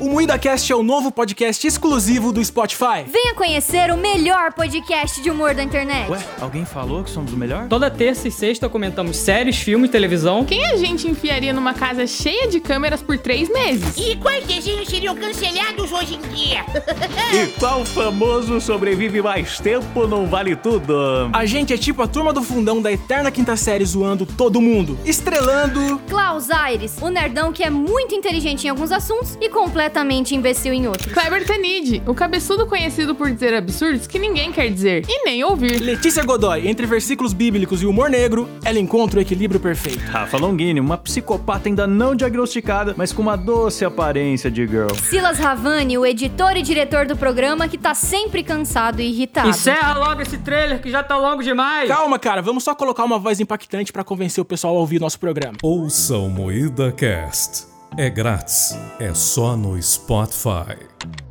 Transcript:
O Moída Cast é o novo podcast exclusivo do Spotify. Venha conhecer o melhor podcast de humor da internet. Ué, alguém falou que somos o melhor? Toda terça e sexta comentamos séries, filmes, televisão. Quem a gente enfiaria numa casa cheia de câmeras por três meses? E quais desenhos seriam cancelados hoje em dia? E qual famoso sobrevive mais tempo não vale tudo? A gente é tipo a turma do fundão da eterna quinta série zoando todo mundo. Estrelando. Klaus Aires, o nerdão que é muito inteligente em alguns assuntos e completamente imbecil em outros. Kleber Tanid, o cabeçudo conhecido por dizer absurdos que ninguém quer dizer e nem ouvir. Letícia Godoy, entre versículos bíblicos e humor negro, ela encontra o equilíbrio perfeito. Rafa Longini, um uma psicopata ainda não diagnosticada, mas com uma doce aparência de girl. Silas Ravani, o editor e diretor do programa que tá sempre cansado e irritado. Encerra logo esse trailer que já tá longo demais. Calma, cara, vamos só colocar uma voz impactante pra convencer o pessoal a ouvir nosso programa. Ouça o Moída Cast. É grátis. É só no Spotify.